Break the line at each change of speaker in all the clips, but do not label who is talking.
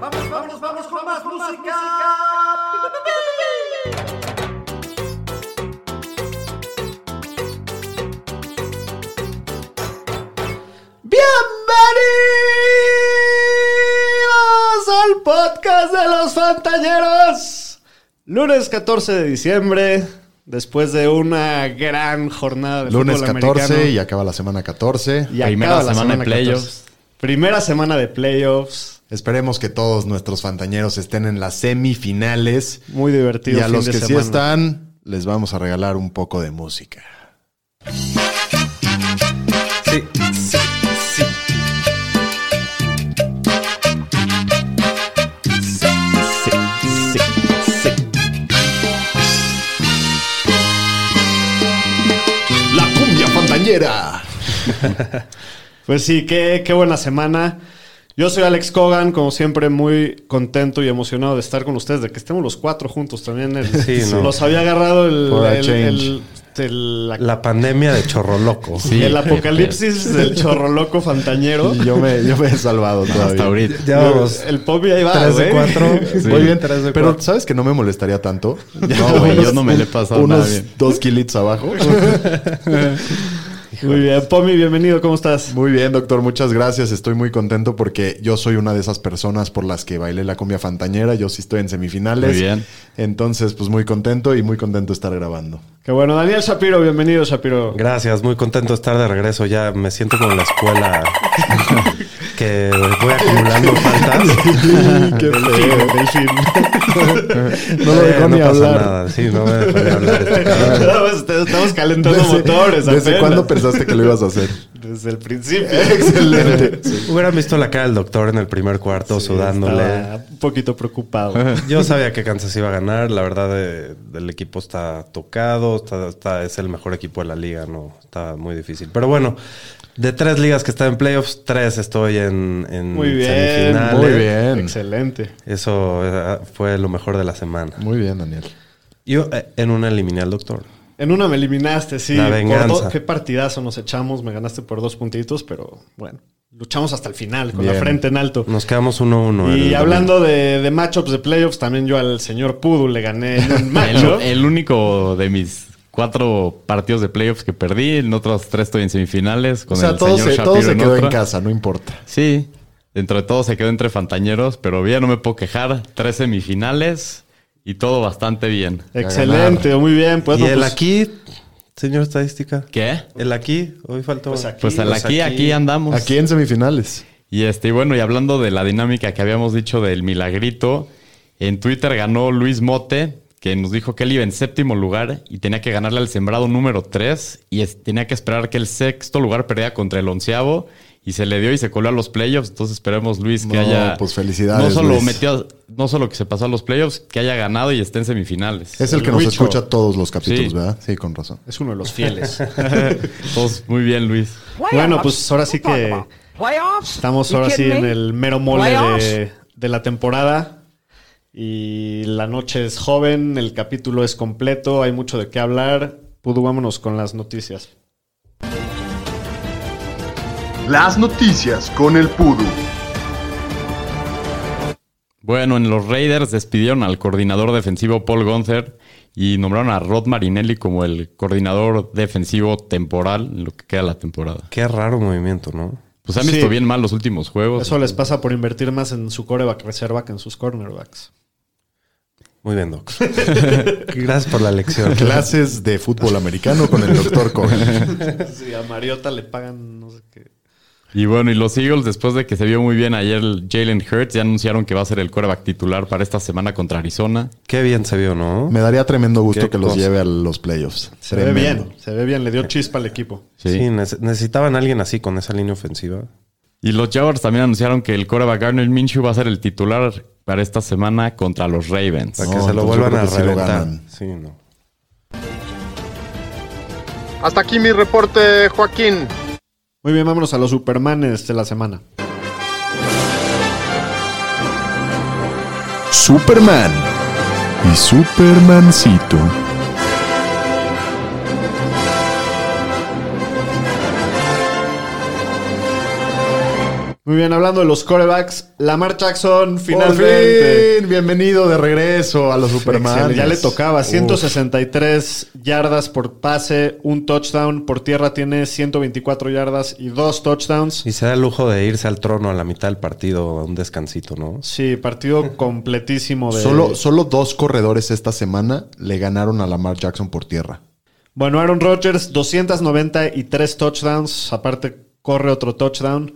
Vamos, vamos, vamos con más música.
Bienvenidos al podcast de los Fantañeros. Lunes 14 de diciembre, después de una gran jornada de
Lunes
fútbol
14 y
americano.
acaba la semana 14.
Y acaba la
primera semana de
14.
playoffs.
Primera semana de playoffs.
Esperemos que todos nuestros fantañeros estén en las semifinales.
Muy divertido.
Y a
fin
los
de
que sí
semana.
están, les vamos a regalar un poco de música.
Sí, sí, sí. Sí, sí, sí,
¡La cumbia fantañera!
Pues sí, qué, qué buena semana. Yo soy Alex Cogan, como siempre, muy contento y emocionado de estar con ustedes, de que estemos los cuatro juntos también. El-
Sí, ¿no?
Los había agarrado el,
For a
el-
change.
el- el- la-
La pandemia de chorro loco.
Sí.
el apocalipsis del chorro loco fantañero.
Y yo me, yo me he salvado todavía.
Hasta ahorita.
Ya vamos.
El pop ahí va,
Tres
güey.
de cuatro. eh, ah, Sí.
Muy bien,
Tres de
pero
cuatro.
¿sabes que no me molestaría tanto?
No, güey, yo no me le he pasado
unos
nada bien.
dos kilitos abajo.
Muy bien, Pomi, bienvenido, ¿cómo estás?
Muy bien, doctor, muchas gracias. Estoy muy contento porque yo soy una de esas personas por las que bailé la cumbia fantañera. Yo sí estoy en semifinales.
Muy bien.
Entonces, pues muy contento y muy contento de estar grabando.
Qué bueno, Daniel Shapiro, bienvenido, Shapiro.
Gracias, muy contento de estar de regreso. Ya me siento como en la escuela que voy acumulando faltas.
Qué
Del fin.
No lo dejó
Eh,
ni
pasa
hablar.
nada. Sí, no me dejó ni hablar. este
estamos, estamos calentando
¿Desde-
motores.
¿Desde
apenas.
cuándo pensaste que lo ibas a hacer?
Desde el principio.
Excelente.
Hubieran visto la cara del doctor en el primer cuarto sudándole.
Estaba un poquito preocupado.
Yo sabía que Kansas iba a ganar. La verdad, eh, el equipo está tocado. Está, está- es el mejor equipo de la liga. No, está muy difícil. Pero bueno, de tres ligas que están en playoffs, tres estoy en, en
Muy bien,
Mm, semifinales.
Muy bien.
Excelente.
Eso eh, fue lo mejor de la semana.
Muy bien, Daniel.
Yo eh, en una eliminé al doctor.
En una me eliminaste, sí.
La
por
venganza.
dos- qué partidazo nos echamos. Me ganaste por dos puntitos, pero bueno, luchamos hasta el final con la
Bien.
frente en alto.
Nos quedamos 1-1. en
y
el
hablando de, de matchups de playoffs, también yo al señor Pudu le gané en un
El,
eh,
matchup.
el único de mis cuatro partidos de playoffs que perdí, en otros tres estoy en semifinales. Con
o sea,
el
todo
señor
se, todo
Shapiro
se quedó en
otra.
casa, no importa.
Sí, dentro de todo se quedó entre fantañeros, pero bien, no me puedo quejar. Tres semifinales y todo bastante bien.
Excelente, muy bien. Pues,
domingo.
no,
Y el
pues,
aquí, señor estadística.
¿Qué?
El aquí, hoy faltó.
Pues aquí.
Pues al
Pues
aquí, aquí andamos.
Aquí en semifinales.
Y este, y bueno, y hablando de la dinámica que habíamos dicho del milagrito, en Twitter ganó Luis Mote, que nos dijo que él iba en séptimo lugar y tenía que ganarle al sembrado número 3 y es- tenía que esperar que el sexto lugar perdiera contra el onceavo y se le dio y se coló a los playoffs. Entonces esperemos, Luis, que
No,
haya...
pues, felicidades,
No solo,
Luis.
metió, no solo que se pasó a los playoffs, que haya ganado y esté en semifinales.
Es el,
El
que nos
Huicho.
escucha todos los capítulos,
Sí.
¿verdad? Sí, con razón.
es uno de los fieles.
Entonces, muy bien, Luis.
bueno, pues ahora sí que estamos ahora sí en el mero mole de, de la temporada. Y la noche es joven, el capítulo es completo, hay mucho de qué hablar. Pudu, vámonos con las noticias.
Las noticias con el Pudu.
Bueno, en los Raiders despidieron al coordinador defensivo Paul Gunther y nombraron a Rod Marinelli como el coordinador defensivo temporal en lo que queda la temporada.
Qué raro movimiento, ¿no?
Pues han
Sí.
visto bien mal los últimos juegos.
Eso les pasa por invertir más en su coreback reserva que en sus cornerbacks.
Muy bien, Doc. Gracias por la lección.
Clases de fútbol americano con el doctor Cohen.
Sí, a Mariota le pagan no sé qué.
Y bueno, y los Eagles, después de que se vio muy bien ayer el Jalen Hurts, ya anunciaron que va a ser el quarterback titular para esta semana contra Arizona.
Qué bien se vio, ¿no?
Me daría tremendo gusto
Qué
que los
cosa.
lleve a los playoffs.
Se ve
Tremendo.
bien, se ve bien, le dio chispa al equipo.
Sí.
Sí, nece- necesitaban a alguien así con esa línea ofensiva.
Y los Jaguars también anunciaron que el quarterback Garner Minshew va a ser el titular para esta semana contra los Ravens.
Para
No,
que se lo
entonces
vuelvan
yo creo
a
que sí lo
reventar.
ganan.
Sí, no.
Hasta aquí mi reporte, Joaquín.
Muy bien, vámonos a los Supermanes de la semana.
Superman y Supermancito.
Muy bien, hablando de los corebacks, Lamar Jackson
Finalmente.
finalmente.
bienvenido de regreso a los Superman.
Excelente, Ya le tocaba. 163 yardas por pase, un touchdown. Por tierra tiene 124 yardas y dos touchdowns.
Y se da el lujo de irse al trono a la mitad del partido a un descansito, ¿no?
Sí, partido completísimo de...
Solo, solo dos corredores esta semana le ganaron a Lamar Jackson por tierra.
Bueno, Aaron Rodgers, 293 touchdowns. Aparte, corre otro touchdown.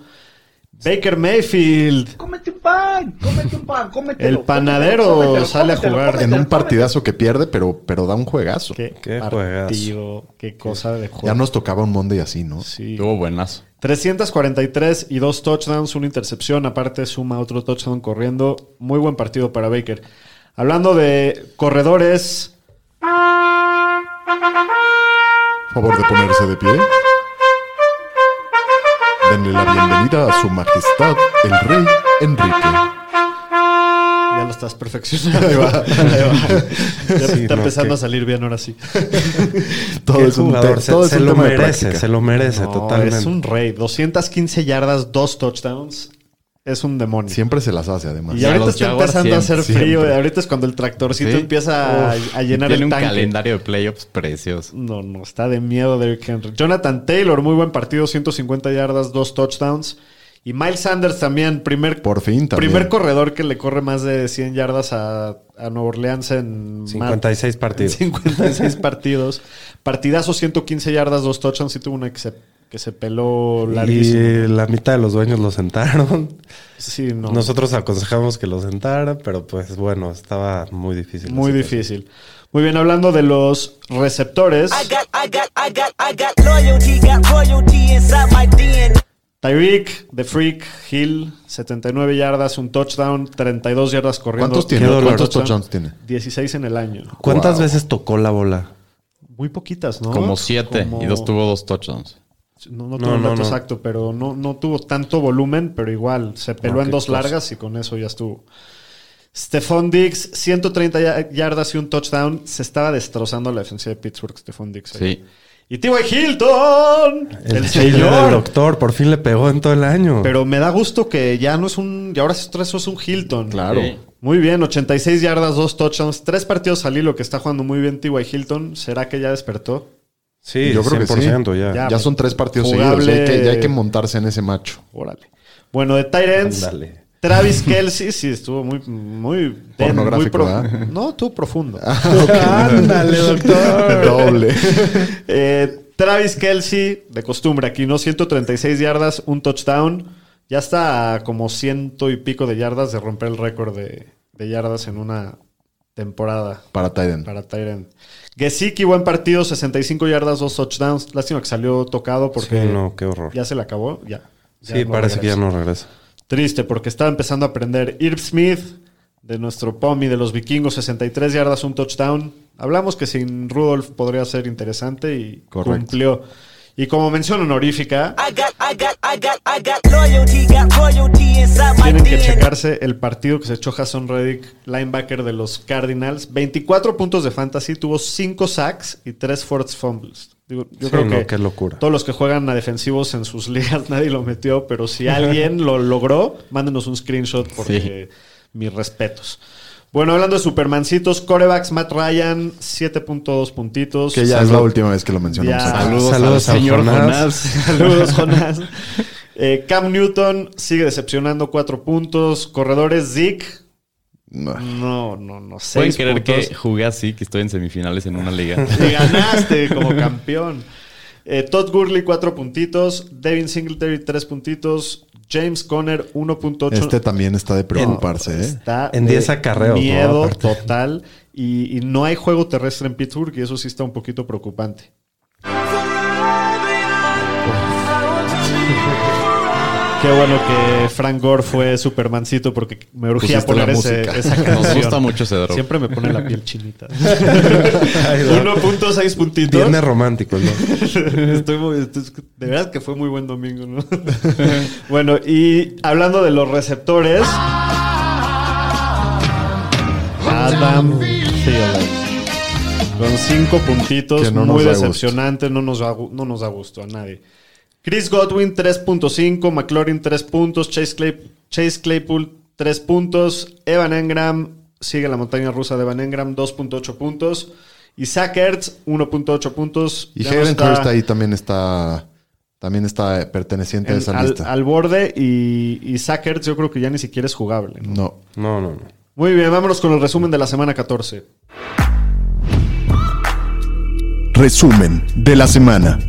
Baker Mayfield,
Cómete un pan, cómete un pan, cómetelo.
El panadero
cómetelo, cómetelo,
sale a
cómetelo,
jugar
En
cómetelo,
un partidazo que pierde, pero, pero da un juegazo.
qué,
Qué
partido, qué cosa de juego.
Ya nos tocaba un Monday así, ¿no?
Sí.
Tuvo buenazo.
343 y dos touchdowns, una intercepción, aparte suma otro touchdown corriendo. Muy buen partido para Baker. Hablando de corredores,
Favor de ponerse de pie. Denle la bienvenida a su majestad, el rey Enrique.
ya lo estás perfeccionando. Ahí va, Ya
Sí,
está
no,
empezando
qué-
a salir bien ahora sí.
Todo
Qué
es un,
jugador,
te-
se,
todo es
se
un
lo
tema de
merece,
práctica.
se lo merece
No,
totalmente.
Es un rey. 215 yardas, dos touchdowns. Es un demonio.
Siempre se las hace, además.
Y
Ya
ahorita
los
está
Jaguars
empezando a hacer
siempre,
frío.
siempre.
Ahorita es cuando el tractorcito
Sí.
empieza a- a, llenar
Tiene
el
un
tanque.
calendario de playoffs precioso.
No, no, está de miedo Derrick Henry. Jonathan Taylor, muy buen partido, 150 yardas, dos touchdowns. Y Miles Sanders también, primer,
Por fin también.
primer corredor que le corre más de 100 yardas a, a Nueva Orleans en más-
56
en
partidos.
56 partidos. Partidazo, 115 yardas, dos touchdowns. Y tuvo una que se, que se peló larguísimo.
Y la mitad de los dueños lo sentaron.
Sí, no.
Nosotros aconsejamos que lo sentara, pero pues bueno, estaba muy difícil.
Muy
Así que-
difícil. Muy bien, hablando de los receptores.
I got, I got, I got, I got loyalty, got royalty inside my DNA.
Tyreek, The Freak, Hill, 79 yardas, un touchdown, 32 yardas corriendo.
¿Cuántos tiene?
Qué dolor.
¿Cuántos touchdowns tiene?
16 en el año.
¿Cuántas
Wow.
veces tocó la bola?
Muy poquitas, ¿no?
Como siete
Como-
y dos tuvo dos touchdowns.
No, no tuvo el
no,
dato
no.
exacto, pero no, no tuvo tanto volumen, pero igual se peló
No,
en
qué
dos
cosa.
largas y con eso ya estuvo. Stephon Dix, 130 ya- yardas y un touchdown. Se estaba destrozando la defensa de Pittsburgh, Stephon Dix. ahí.
Sí.
Y T.Y. Hilton, el,
El, chile del
señor.
doctor por fin le pegó en todo el año.
Pero me da gusto que ya no es un. Y ahora esto eso es un Hilton.
Claro.
Sí.
Muy bien, 86 yardas, dos touchdowns, tres partidos al hilo que está jugando muy bien T.Y. Hilton. ¿Será que ya despertó?
sí,
yo creo que sí.
100% ya.
Ya.
Ya son tres partidos
Jugable.
seguidos. Ya hay, que, ya hay que montarse en ese macho.
Órale. Bueno, de Tyrants.
Ándale.
Travis Kelsey, sí, estuvo muy, muy, muy
Pornográfico,
pro-
¿verdad? Ah.
No, estuvo profundo.
Ándale, doctor. Doble.
Eh, Travis Kelsey, de costumbre aquí, ¿no? 136 yardas, un touchdown. Ya está a como ciento y pico de yardas de romper el récord de, de yardas en una temporada
Para Tyden.
para Tyrant. Gesicki, buen partido, 65 yardas, dos touchdowns. Lástima que salió tocado porque
Sí, no, qué horror.
ya se le acabó. Ya. Ya
sí,
no
parece que ya
regresa.
no regresa.
Triste, porque estaba empezando a aprender. Irv Smith, de nuestro Pomi, de los vikingos, 63 yardas, un touchdown. Hablamos que sin Rudolph podría ser interesante y
Correcto.
cumplió. Y como mención honorífica,
I got, I got, I got, I got loyalty, got royalty inside my
tienen que
DNA.
checarse el partido que se echó Jason Reddick, linebacker de los Cardinals. 24 puntos de fantasy, tuvo 5 sacks y 3 forced fumbles. Digo, yo
Sí,
creo
no,
que
qué locura.
todos los que juegan a defensivos en sus ligas nadie lo metió, pero si alguien lo logró, mándenos un screenshot porque mis respetos. Bueno, hablando de Supermancitos, corebacks, Matt Ryan, 7.2 puntitos.
Que ya es la última vez que lo mencionamos.
Ya.
aquí.
Saludos,
Saludos
al
a
señor
Jonás.
Jonás.
Saludos, Jonás. Eh, Cam Newton sigue decepcionando, 4 puntos. Corredores, Zeke,
No.
no, no, no. sé.
Pueden creer que jugué así, que estoy en semifinales en una liga.
Y ganaste como campeón. Eh, Todd Gurley, cuatro puntitos. Devin Singletary, tres puntitos. James Conner, 1.8.
Este también está de preocuparse, ¿eh?
Está
En
de
10 acarreos, ¿no?
Miedo
Aparte.
total. Y, y no hay juego terrestre en Pittsburgh y eso sí está un poquito preocupante. Qué bueno que Frank Gore fue Supermancito porque me urgía
Pusiste la
poner ese-
música.
esa
Nos
canción.
gusta mucho ese drop.
Siempre me pone la piel chinita.
Ay, no.
1.6 puntitos.
Viernes romántico, ¿no?
Estoy muy- entonces, de verdad que fue muy buen domingo, ¿no? bueno, y hablando de los receptores. Adam Thielen. Con cinco puntitos,
Que no
muy
nos da gusto.
decepcionante, no nos, da, gu- no nos da gusto a nadie. Chris Godwin 3.5, McLaurin 3 puntos, Chase, Clay- Chase Claypool 3 puntos, Evan Engram sigue la montaña rusa de Evan Engram 2.8 puntos, Isaac Ertz 1.8 puntos.
Y
ya no
Hayden
está
Hurst ahí también está, también está perteneciente
en-
a esa
al,
lista.
al borde y Isaac Ertz yo creo que ya ni siquiera es jugable. ¿no?
No.
No, no, no.
Muy bien, vámonos con el resumen de la semana 14.
Resumen de la semana.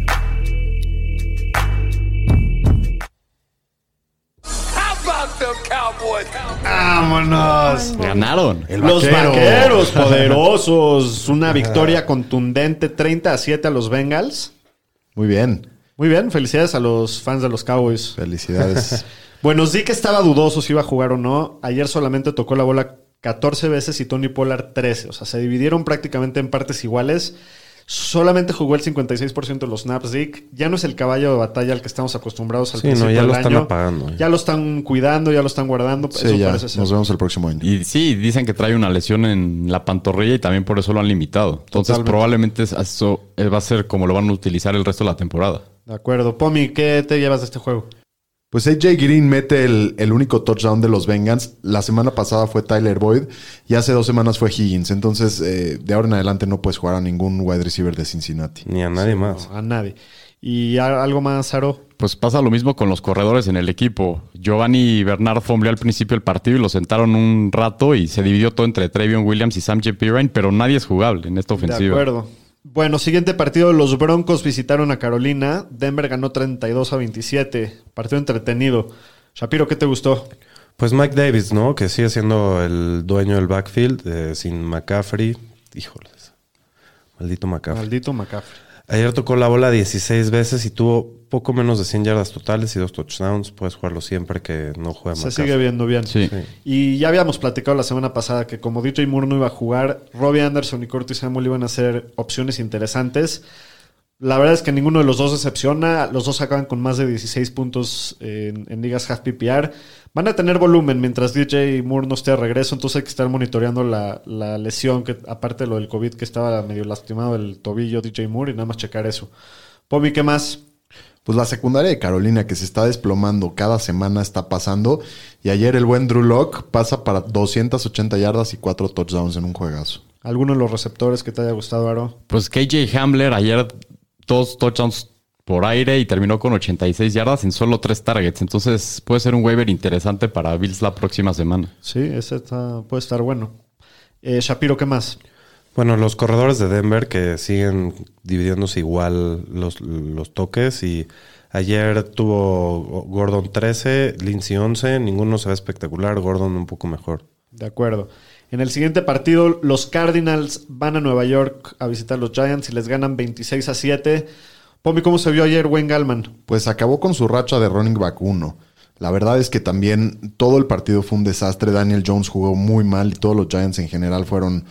¡Vámonos!
Ganaron.
Los vaqueros poderosos. Una victoria contundente, 30 a 7 a los Bengals.
Muy bien.
Muy bien, felicidades a los fans de los Cowboys.
Felicidades.
Bueno, sí que estaba dudoso si iba a jugar o no. Ayer solamente tocó la bola 14 veces y Tony Pollard 13. O sea, se dividieron prácticamente en partes iguales. Solamente jugó el 56% de los snaps, Dick. Ya no es el caballo de batalla al que estamos acostumbrados al
Sí, no,
principio
ya
del
lo están
año.
apagando, eh. ya.
Ya lo están cuidando, ya lo están guardando. Eso
sí, ya.
parece ser.
Nos vemos el próximo año.
Y sí, dicen que trae una lesión en la pantorrilla y también por eso lo han limitado. Entonces,
Totalmente.
probablemente es- eso eh, va a ser como lo van a utilizar el resto de la temporada.
De acuerdo. Pomi, ¿qué te llevas de este juego?
Pues AJ Green mete el, el único touchdown de los Bengals. La semana pasada fue Tyler Boyd y hace dos semanas fue Higgins. Entonces, eh, de ahora en adelante no puedes jugar a ningún wide receiver de Cincinnati.
Ni a nadie más.
No, a nadie. ¿Y a- algo más, Aro?
Pues pasa lo mismo con los corredores en el equipo. Giovanni Bernard fombleó al principio del partido y lo sentaron un rato y se dividió todo entre Trevion Williams y Sam J. Pirine, pero nadie es jugable en esta ofensiva.
De acuerdo. Bueno, siguiente partido. Los Broncos visitaron a Carolina. Denver ganó 32 a 27. Partido entretenido. Shapiro, ¿qué te gustó?
Pues Mike Davis, ¿no? Que sigue siendo el dueño del backfield eh, sin McCaffrey. Híjoles. Maldito McCaffrey.
Maldito McCaffrey.
Ayer tocó la bola 16 veces y tuvo poco menos de 100 yardas totales y dos touchdowns. Puedes jugarlo siempre que no juega
Se
McCaffrey.
sigue viendo bien.
Sí.
Y ya habíamos platicado la semana pasada que como DJ Moore no iba a jugar, Robbie Anderson y Curtis Samuel iban a ser opciones interesantes. La verdad es que ninguno de los dos decepciona. Los dos acaban con más de 16 puntos en, en ligas half PPR. Van a tener volumen mientras DJ Moore no esté de regreso. Entonces hay que estar monitoreando la, la lesión, que aparte de lo del COVID, que estaba medio lastimado el tobillo DJ Moore, y nada más checar eso. Pomi, ¿qué más?
Pues la secundaria de Carolina que se está desplomando cada semana está pasando. Y ayer el buen Drew Locke pasa para 280 yardas y cuatro touchdowns en un juegazo.
¿Alguno de los receptores que te haya gustado, Aro?
Pues KJ Hamler ayer dos touchdowns por aire y terminó con 86 yardas en solo tres targets. Entonces puede ser un waiver interesante para Bills la próxima semana.
Sí, ese está- puede estar bueno. Eh, Shapiro, ¿qué más?
Bueno, los corredores de Denver que siguen dividiéndose igual los, los toques y ayer tuvo Gordon 13, Lindsey 11, ninguno se ve espectacular, Gordon un poco mejor.
De acuerdo. En el siguiente partido, los Cardinals van a Nueva York a visitar los Giants y les ganan 26 a 7. Pomi, ¿cómo se vio ayer Wayne Gallman?
Pues acabó con su racha de running back 1. La verdad es que también todo el partido fue un desastre. Daniel Jones jugó muy mal y todos los Giants en general fueron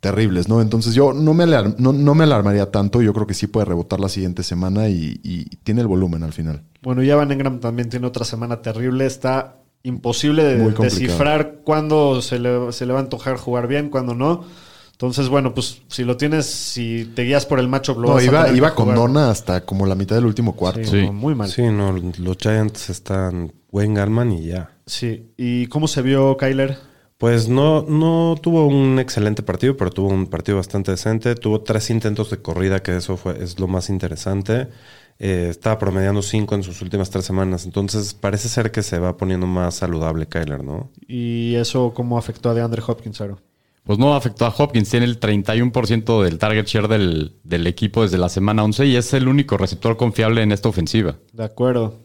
terribles, ¿no? Entonces yo no me, alar- no, no me alarmaría tanto. Yo creo que sí puede rebotar la siguiente semana y, y tiene el volumen al final.
Bueno, ya Van Engram también tiene otra semana terrible. Está imposible de
Muy complicado.
descifrar cuándo se le, se le va a antojar jugar bien, cuándo no. Entonces, bueno, pues si lo tienes, si te guías por el macho,
No, iba, iba con Dona hasta como la mitad del último cuarto.
Sí.
muy mal.
Sí, no, los Giants están Wayne Gallman y ya.
Sí. ¿Y cómo se vio Kyler?
Pues no, no tuvo un excelente partido, pero tuvo un partido bastante decente. Tuvo tres intentos de corrida, que eso fue, es lo más interesante. Eh, estaba promediando cinco en sus últimas tres semanas. Entonces parece ser que se va poniendo más saludable Kyler, ¿no?
¿Y eso cómo afectó a DeAndre Hopkins, Aro?
Pues no afectó a Hopkins, tiene el 31% del target share del, del equipo desde la semana 11 y es el único receptor confiable en esta ofensiva.
De acuerdo.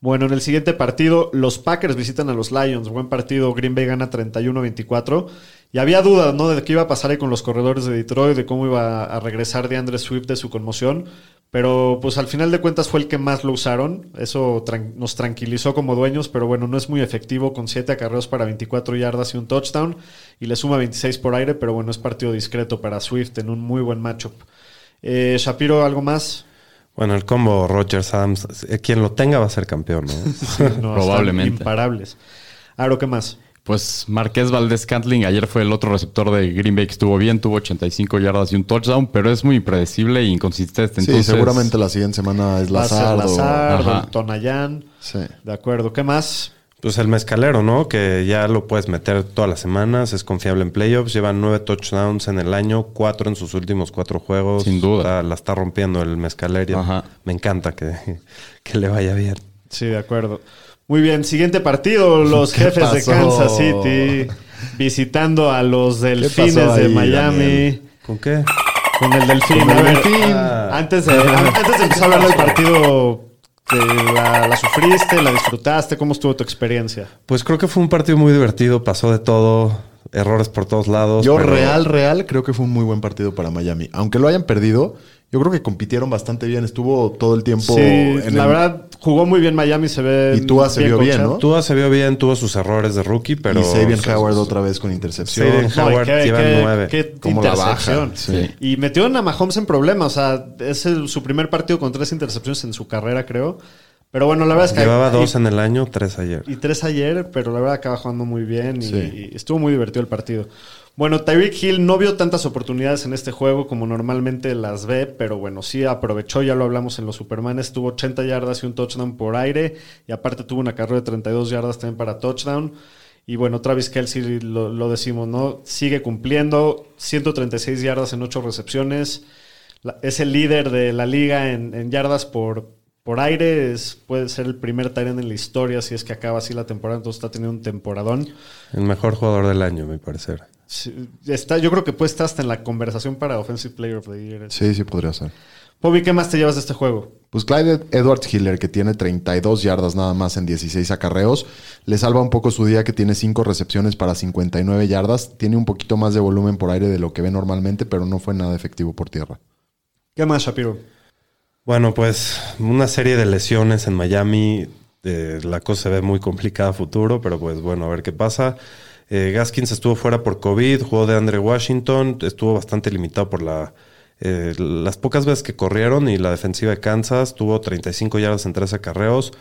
Bueno, en el siguiente partido, los Packers visitan a los Lions. Buen partido. Green Bay gana 31-24. Y había dudas, ¿no? De qué iba a pasar ahí con los corredores de Detroit, de cómo iba a regresar de Andrés Swift de su conmoción. Pero pues al final de cuentas fue el que más lo usaron. Eso tran- nos tranquilizó como dueños, pero bueno, no es muy efectivo con 7 acarreos para 24 yardas y un touchdown. Y le suma 26 por aire, pero bueno, es partido discreto para Swift en un muy buen matchup. Eh, Shapiro, ¿algo más?
Bueno, el combo Rogers Adams, eh, quien lo tenga va a ser campeón, ¿no?
Sí, no, están
Probablemente.
Imparables. Aro, ¿qué más?
Pues Marqués Valdés Cantling ayer fue el otro receptor de Green Bay que estuvo bien, tuvo 85 yardas y un touchdown, pero es muy impredecible e inconsistente. Entonces,
sí, seguramente la siguiente semana es
Va a ser
Lazardo.
Lazardo,
Ajá.
Tonayán.
Sí.
De acuerdo, ¿qué más?
Pues el mezcalero, ¿no? Que ya lo puedes meter todas las semanas, es confiable en playoffs, lleva nueve touchdowns en el año, cuatro en sus últimos cuatro juegos.
Sin duda.
Está- la está rompiendo el mezcalero.
Ajá.
Me encanta que, que le vaya bien.
Sí, de acuerdo. Muy bien, siguiente partido, los
¿Qué
jefes de
pasó?
Kansas City visitando a los delfines
pasó
de
ahí,
Miami.
Daniel?
¿Con qué?
Con el delfín.
Con el
A ver,
delfín.
ah, antes, de, an- antes de empezar a hablar del partido, ¿te la, la sufriste, la disfrutaste? ¿Cómo estuvo tu experiencia?
Pues creo que fue un partido muy divertido, pasó de todo, errores por todos lados.
Yo
pero-
real, real, creo que fue un muy buen partido para Miami. Aunque lo hayan perdido, yo creo que compitieron bastante bien. Estuvo todo el tiempo...
sí,
en
la
el-
verdad, jugó muy bien Miami, se ve.
Y Tua se vio bien,
coachado.
¿no?
Tua se vio bien, tuvo sus errores de rookie, pero.
y Sabian Howard otra vez con intercepción.
Sabian
No, y
Howard
qué-
lleva
qué-
nueve.
qué
Cómo la
intercepción.
baja, sí.
Y metieron a Mahomes en problemas. O sea, es el- su primer partido con tres intercepciones en su carrera, creo. Pero bueno, la verdad es que.
Llevaba
y-
dos en el año, tres ayer.
Y tres ayer, pero la verdad acaba jugando muy bien y,
Sí.
y estuvo muy divertido el partido. Bueno, Tyreek Hill no vio tantas oportunidades en este juego como normalmente las ve, pero bueno, sí aprovechó, ya lo hablamos en los Supermanes, tuvo 80 yardas y un touchdown por aire, y aparte tuvo una carrera de 32 yardas también para touchdown. Y bueno, Travis Kelsey, lo, lo decimos, ¿no? Sigue cumpliendo, 136 yardas en 8 recepciones, la- es el líder de la liga en, en yardas por, por aire. es- puede ser el primer Tyrant en la historia si es que acaba así la temporada. Entonces está teniendo un temporadón.
El mejor jugador del año, a mi parecer.
Sí, Está, yo creo que puede estar hasta en la conversación para Offensive Player of the Year.
Sí, sí podría ser.
Bobby, ¿qué más te llevas de este juego?
Pues Clyde Edward Hiller, que tiene 32 yardas nada más en 16 acarreos, le salva un poco su día que tiene 5 recepciones para 59 yardas. Tiene un poquito más de volumen por aire de lo que ve normalmente, pero no fue nada efectivo por tierra.
¿Qué más, Shapiro?
Bueno, pues una serie de lesiones en Miami. eh, la cosa se ve muy complicada a futuro, pero pues bueno, a ver qué pasa. Eh, Gaskins estuvo fuera por COVID, jugó de Andre Washington, estuvo bastante limitado por la, eh, las pocas veces que corrieron y la defensiva de Kansas tuvo 35 yardas en 13 acarreos.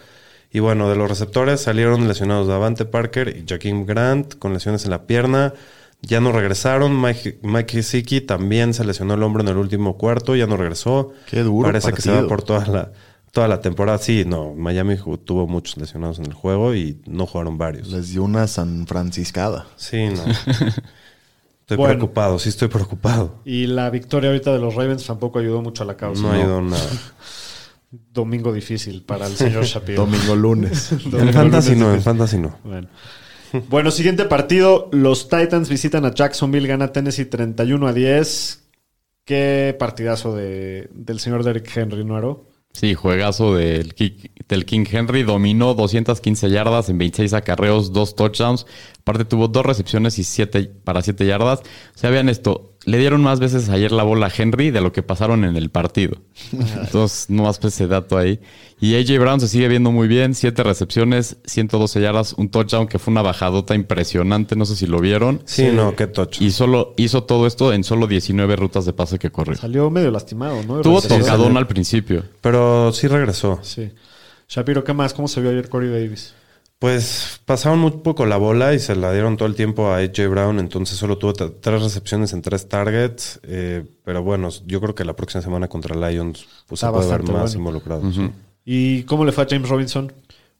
Y bueno, de los receptores salieron lesionados Davante Parker y Joaquín Grant con lesiones en la pierna. Ya no regresaron. Mike, Mike Gesicki también se lesionó el hombro en el último cuarto, ya no regresó.
Qué duro
Parece que se va
partido.
por toda la, toda la temporada. Sí, no, Miami ju- tuvo muchos lesionados en el juego y no jugaron varios.
Les dio una San Franciscada.
Sí, no. Estoy
Bueno.
preocupado, sí estoy preocupado.
Y la victoria ahorita de los Ravens tampoco ayudó mucho a la causa.
No ayudó nada.
Domingo difícil para el señor Shapiro.
Domingo lunes.
En fantasy no, en fantasy no.
Bueno. Bueno, siguiente partido. Los Titans visitan a Jacksonville, gana Tennessee 31 a 10. Qué partidazo de, del señor Derrick Henry, ¿no, Aro?
Sí, juegazo del, Ki- del King Henry. Dominó 215 yardas en 26 acarreos, dos touchdowns. Aparte tuvo dos recepciones y siete para 7 yardas. O sea, vean esto. Le dieron más veces ayer la bola a Henry de lo que pasaron en el partido. Entonces, no más pues ese dato ahí. Y AJ Brown se sigue viendo muy bien. Siete recepciones, 112 yardas, un touchdown que fue una bajadota impresionante. No sé si lo vieron.
Sí, no, qué tocho.
Y solo hizo todo esto en solo 19 rutas de pase que corrió.
Salió medio lastimado, ¿no?
Tuvo
Regresó.
tocadón al principio.
Pero sí regresó.
Sí. Shapiro, ¿qué más? ¿Cómo se vio ayer Corey Davis?
Pues pasaron muy poco la bola y se la dieron todo el tiempo a AJ Brown, entonces solo tuvo t- tres recepciones en tres targets, eh, pero bueno, yo creo que la próxima semana contra Lions pues, se
Está
puede ver
bastante
más
bueno.
involucrado.
¿Y cómo le fue a James Robinson?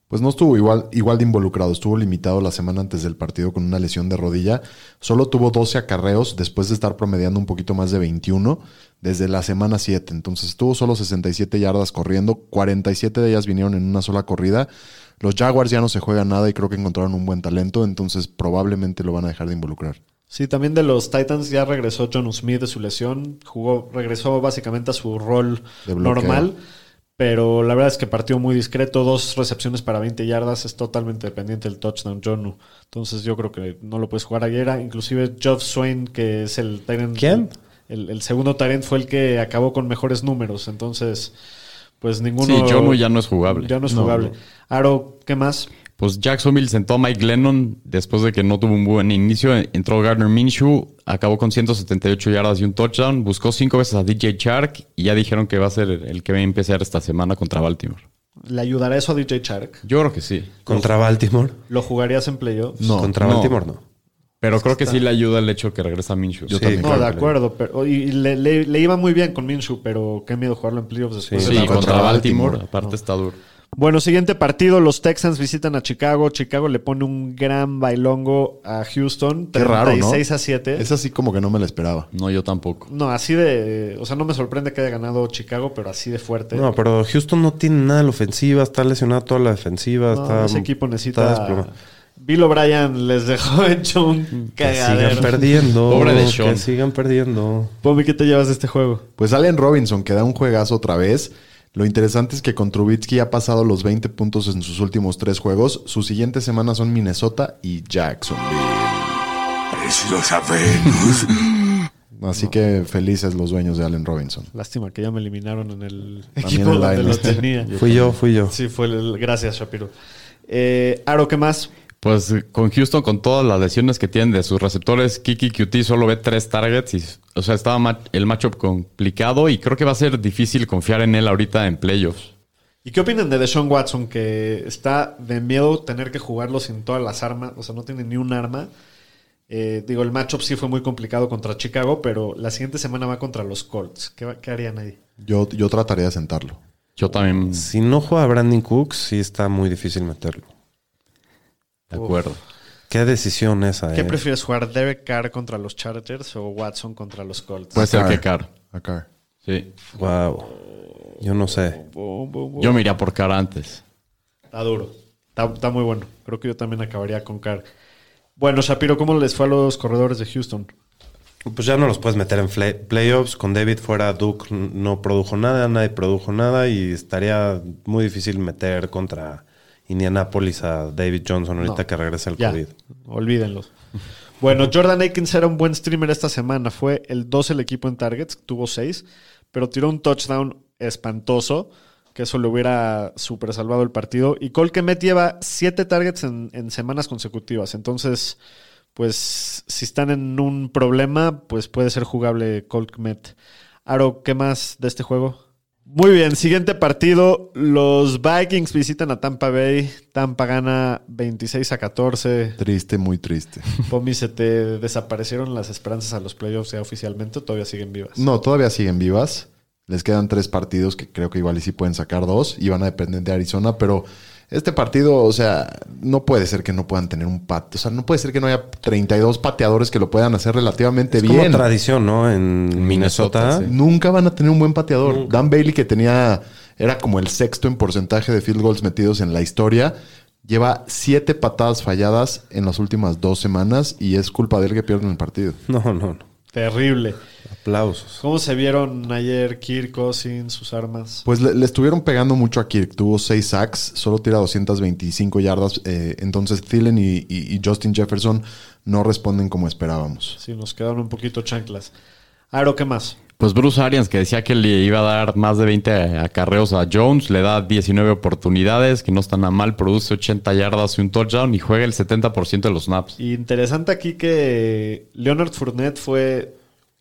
Pues no estuvo igual, igual de involucrado, estuvo limitado la semana antes del partido con una lesión de rodilla. Solo tuvo 12 acarreos después de estar promediando un poquito más de 21 desde la semana 7. Entonces estuvo solo 67 yardas corriendo, 47 de ellas vinieron en una sola corrida. Los Jaguars ya no se juegan nada y creo que encontraron un buen talento, entonces probablemente lo van a dejar de involucrar.
Sí, también de los Titans ya regresó John Smith de su lesión. Jugó, regresó básicamente a su rol
De bloqueo.
normal. Pero la verdad es que partió muy discreto. Dos recepciones para 20 yardas. Es totalmente dependiente del touchdown, Jonu. Entonces yo creo que no lo puedes jugar ayer. Inclusive Geoff Swain, que es el Titan.
¿Quién?
el, el segundo Tarent fue el que acabó con mejores números. Entonces, pues
Sí,
ninguno.
Jono ya no es jugable.
Ya no es
No.
jugable. Aro, ¿qué más?
Pues Jacksonville sentó a Mike Lennon después de que no tuvo un buen inicio. Entró Gardner Minshew, acabó con 178 yardas y un touchdown. Buscó cinco veces a DJ Shark y ya dijeron que va a ser el que va a empezar esta semana contra Baltimore.
¿Le ayudará eso a DJ Shark?
Yo creo que sí.
¿Contra Baltimore?
¿Lo jugarías en playoffs?
No,
Contra
no.
Baltimore no.
Pero creo que sí le ayuda el hecho que regresa Minshew.
Yo también.
No,
creo
de
que le-
acuerdo. Pero, y y le, le- le iba muy bien con Minshew, pero qué miedo jugarlo en playoffs después.
Sí,
de la-
contra,
contra
Baltimore,
Baltimore.
aparte está duro.
Bueno, siguiente partido. Los Texans visitan a Chicago. Chicago le pone un gran bailongo a Houston. 36
qué raro, ¿no?
a 7.
Es así como que no me la esperaba.
No, yo tampoco.
No, así de... O sea, no me sorprende que haya ganado Chicago, pero así de fuerte.
No, pero Houston no tiene nada de la ofensiva, está lesionada toda la defensiva.
No,
pues, está,
ese equipo
está
necesita...
desplomado.
Bill O'Brien les dejó hecho un
Que sigan
cagadero.
perdiendo.
Pobre de Sean.
que sigan perdiendo.
Pomi, ¿qué te llevas de este juego?
Pues Allen Robinson, que da un juegazo otra vez. Lo interesante es que con Trubitsky ha pasado los 20 puntos en sus últimos tres juegos. Sus siguientes semanas son Minnesota y Jacksonville. Así que felices los dueños de Allen Robinson.
Lástima que ya me eliminaron en el
También
equipo
en la
donde lo
NFL.
tenía.
Fui yo, fui yo.
Sí, fue el... Gracias, Shapiro. Eh, Aro, ¿qué más?
Pues eh, con Houston, con todas las lesiones que tienen de sus receptores, Kiki QT solo ve tres targets. Y, o sea, estaba ma- el matchup complicado y creo que va a ser difícil confiar en él ahorita en playoffs.
¿Y qué opinan de Deshaun Watson? Que está de miedo tener que jugarlo sin todas las armas. O sea, no tiene ni un arma. Eh, digo, el matchup sí fue muy complicado contra Chicago, pero la siguiente semana va contra los Colts. ¿Qué, va- qué harían ahí?
Yo, yo trataría de sentarlo.
Yo también,
Si no juega Brandon Cooks, sí está muy difícil meterlo.
de acuerdo.
Qué decisión esa,
¿Qué
eh.
prefieres jugar? ¿Derek Carr contra los Chargers o Watson contra los Colts?
Puede ser
Carr.
que Carr.
Acá.
Sí.
Wow. Yo no sé.
Yo me iría por Carr antes.
Está duro. Está, está muy bueno. Creo que yo también acabaría con Carr. Bueno, Shapiro, ¿cómo les fue a los corredores de Houston?
Pues ya no los puedes meter en fle- playoffs. Con David fuera, Duke n- no produjo nada, nadie produjo nada y estaría muy difícil meter contra Indianapolis a David Johnson ahorita
No.
que regresa el
Ya,
COVID.
olvídenlos. Bueno, Jordan Aikens era un buen streamer esta semana. Fue el 12 el equipo en targets, tuvo 6, pero tiró un touchdown espantoso, que eso le hubiera super salvado el partido. Y Cole Kemet lleva 7 targets en, en semanas consecutivas. Entonces, pues si están en un problema, pues puede ser jugable Cole Kemet. Aro, ¿qué más de este juego? Muy bien, siguiente partido. Los Vikings visitan a Tampa Bay. Tampa gana 26 a 14.
Triste, muy triste.
Pomi, se te desaparecieron las esperanzas a los playoffs ya oficialmente, o todavía siguen vivas.
No, todavía siguen vivas. Les quedan tres partidos que creo que igual y sí pueden sacar dos y van a depender de Arizona, pero este partido, o sea, no puede ser que no puedan tener un pat, o sea, no puede ser que no haya 32 pateadores que lo puedan hacer relativamente
Es
bien.
como tradición, ¿no? En Minnesota.
Minnesota, sí.
Nunca van a tener un buen pateador. Dan Bailey que tenía era como el sexto en porcentaje de field goals metidos en la historia. Lleva siete patadas falladas en las últimas dos semanas y es culpa de él que pierden el partido.
No, no, no.
Terrible.
Aplausos.
¿Cómo se vieron ayer Kirk Cousins, sus armas?
Pues le, le estuvieron pegando mucho a Kirk. Tuvo seis sacks, solo tira 225 yardas. eh, entonces Thielen y, y- y Justin Jefferson no responden como esperábamos.
Sí, nos quedaron un poquito chanclas. Aro, ¿qué más?
Pues Bruce Arians, que decía que le iba a dar más de 20 acarreos a Jones, le da 19 oportunidades, que no está nada mal, produce 80 yardas y un touchdown y juega el 70% de los snaps.
Y interesante aquí que Leonard Fournette fue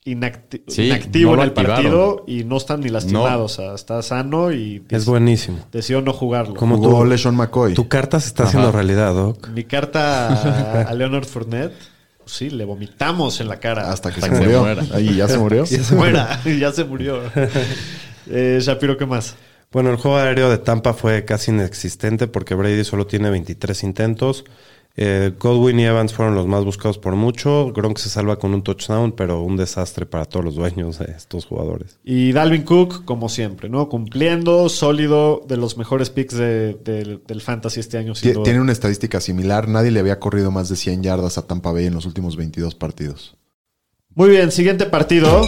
inacti-
Sí,
inactivo
no lo
en el partido
activados.
y no están ni lastimados. O sea, está sano y
Es buenísimo.
decidió no jugarlo.
Como
Jugó
tú-
LeSean McCoy.
Tu carta se está haciendo realidad, Doc.
Mi carta a, a Leonard Fournette, pues sí, le vomitamos en la cara.
Hasta que
Hasta
se
que se
murió.
muera.
Ahí ya se murió.
Ya se muera, ya se murió. Eh, Shapiro, ¿qué más?
Bueno, el juego aéreo de Tampa fue casi inexistente porque Brady solo tiene 23 intentos. Eh, Godwin y Evans fueron los más buscados por mucho. Gronk se salva con un touchdown, pero un desastre para todos los dueños de estos jugadores.
Y Dalvin Cook, como siempre, ¿no? Cumpliendo, sólido, de los mejores picks de- del- del fantasy este año. sin
Tie-
duda.
Tiene una estadística similar. Nadie le había corrido más de 100 yardas a Tampa Bay en los últimos 22 partidos.
Muy bien, siguiente partido.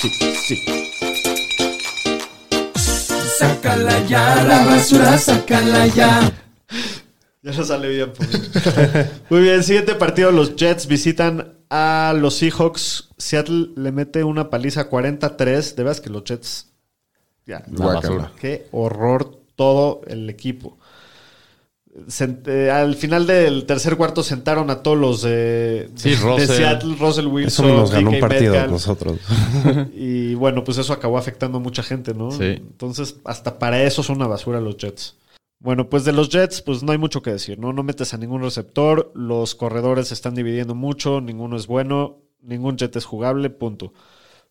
Sí, sí.
Sácala ya, la basura, sácala ya.
Ya no sale bien. pues. Muy bien, siguiente partido. Los Jets visitan a los Seahawks. Seattle le mete una paliza 43. De veras que los Jets. Ya,
Guácala.
basura. Qué horror todo el equipo. Sent- eh, al final del tercer cuarto sentaron a todos los de,
Sí,
de- de
Russell.
Seattle, Russell
Eso
Wilson.
nos ganó un
DK
partido a
Metcalf.
nosotros.
Y bueno, pues eso acabó afectando a mucha gente, ¿no?
Sí.
Entonces, hasta para eso son una basura los Jets. Bueno, pues de los Jets, pues no hay mucho que decir, ¿no? No metes a ningún receptor, los corredores se están dividiendo mucho, ninguno es bueno, ningún Jet es jugable, punto.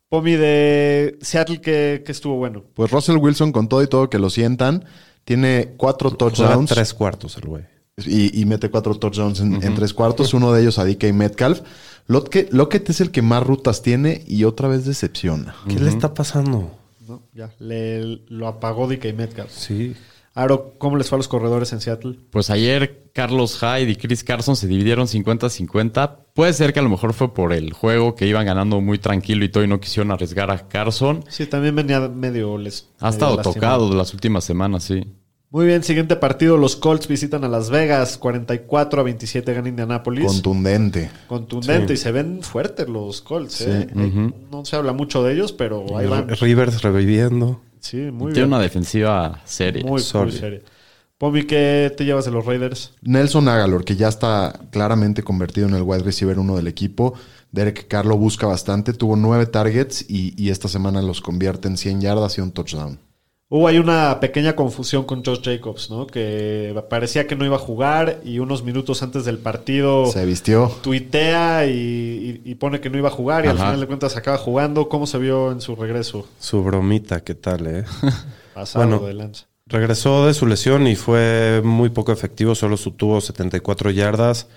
Pomi de Seattle, que, que estuvo bueno.
Pues Russell Wilson, con todo y todo que lo sientan, tiene cuatro
Juega
touchdowns
tres cuartos el güey.
y, y mete cuatro touchdowns en, en tres cuartos. Uno de ellos a DK Metcalf. Lockett, Lockett es el que más rutas tiene y otra vez decepciona.
¿Qué le está pasando?
¿no? Ya, le, lo apagó DK Metcalf.
Sí.
Aro, ¿cómo les fue a los corredores en Seattle?
Pues ayer Carlos Hyde y Chris Carson se dividieron 50-50. Puede ser que a lo mejor fue por el juego que iban ganando muy tranquilo y todo y no quisieron arriesgar a Carson.
Sí, también venía medio les.
Ha
medio
estado
lastimado.
tocado las últimas semanas, sí.
Muy bien, siguiente partido. Los Colts visitan a Las Vegas. 44 a 27 gana Indianápolis.
Contundente.
Contundente y se ven fuertes los Colts. ¿eh? No se habla mucho de ellos, pero ahí van.
Rivers reviviendo.
Sí, muy bien.
Tiene una defensiva seria.
muy, muy
Sorry.
seria. Pomi, ¿qué te llevas de los Raiders?
Nelson Agalor, que ya está claramente convertido en el wide receiver uno del equipo. Derek Carr lo busca bastante. Tuvo nueve targets y, y esta semana los convierte en 100 yardas y un touchdown.
Hubo hay una pequeña confusión con Josh Jacobs, ¿no? Que parecía que no iba a jugar y unos minutos antes del partido
Se vistió.
tuitea y, y- y pone que no iba a jugar y al
Ajá.
final de cuentas acaba jugando. ¿Cómo se vio en su regreso?
Su bromita, ¿qué tal, eh?
Pasado
Bueno,
de lanza.
Regresó de su lesión y fue muy poco efectivo, solo su tuvo 74 yardas.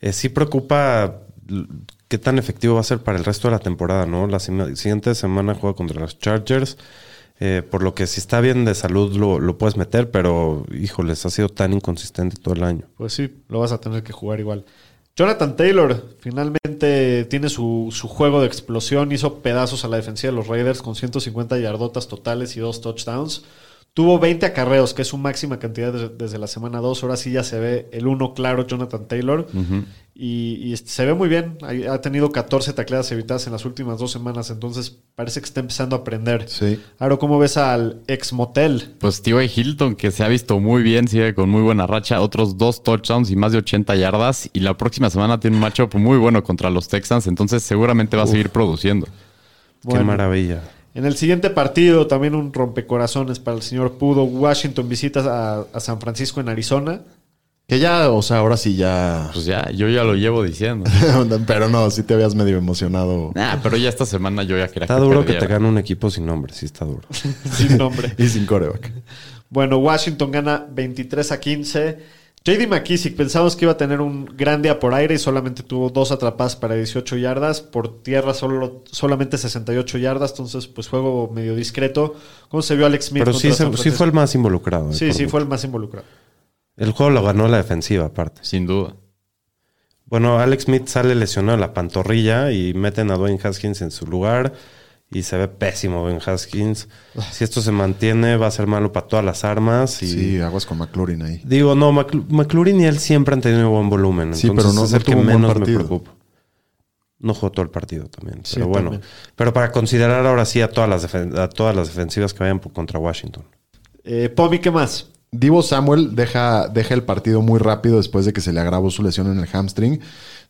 Eh, sí preocupa l- qué tan efectivo va a ser para el resto de la temporada, ¿no? La sima- siguiente semana juega contra los Chargers, eh, por lo que si está bien de salud lo, lo puedes meter, pero híjoles, ha sido tan inconsistente todo el año.
Pues sí, lo vas a tener que jugar igual. Jonathan Taylor finalmente tiene su, su juego de explosión, hizo pedazos a la defensiva de los Raiders con 150 yardotas totales y dos touchdowns. Tuvo 20 acarreos, que es su máxima cantidad de- desde la semana 2. Ahora sí ya se ve el uno claro, Jonathan Taylor. y, y este, se ve muy bien. Ha- Ha tenido 14 tacleadas evitadas en las últimas dos semanas. Entonces parece que está empezando a aprender.
Sí.
Aro, ¿cómo ves al ex motel?
Pues T.Y. Hilton, que se ha visto muy bien, sigue con muy buena racha, otros dos touchdowns y más de 80 yardas. Y la próxima semana tiene un matchup muy bueno contra los Texans, entonces seguramente va a seguir produciendo.
Bueno.
Qué maravilla.
En el siguiente partido, también un rompecorazones para el señor Pudo. Washington visita a, a San Francisco en Arizona.
Que ya, o sea, ahora sí ya. pues,
Pues ya, yo ya lo llevo diciendo.
Pero no, sí te habías medio emocionado.
Nah, pero ya esta semana yo ya quería
Está duro que te
perdiera.
gane un equipo sin nombre, sí está duro.
Sin nombre.
Y sin coreback.
Bueno, Washington gana 23 a 15. JD McKissick, pensamos que iba a tener un gran día por aire y solamente tuvo dos atrapadas para 18 yardas. Por tierra solo, solamente 68 yardas. Entonces, pues juego medio discreto. ¿Cómo se vio Alex Smith?
Pero sí,
contra San
se- sí
Francisco?
fue el más involucrado. eh,
Sí,
por
sí,
mucho.
fue el más involucrado.
El juego lo ganó la defensiva, aparte.
Sin duda.
Bueno, Alex Smith sale lesionado en la pantorrilla y meten a Dwayne Haskins en su lugar y se ve pésimo Dwayne Haskins. Si esto se mantiene va a ser malo para todas las armas y
Sí, eh. aguas con McLaurin ahí.
digo, no, Macl- McLaurin y él siempre han tenido buen volumen,
Sí,
entonces
pero no-
es
no
el que
tuvo un buen
menos me
partido.
preocupa. No jugó todo el partido también,
Sí,
pero bueno.
también.
Pero para considerar ahora sí a todas las defen- a todas las defensivas que vayan por- contra Washington.
Eh, Pomi, ¿qué más?
Divo Samuel deja, deja el partido muy rápido después de que se le agravó su lesión en el hamstring.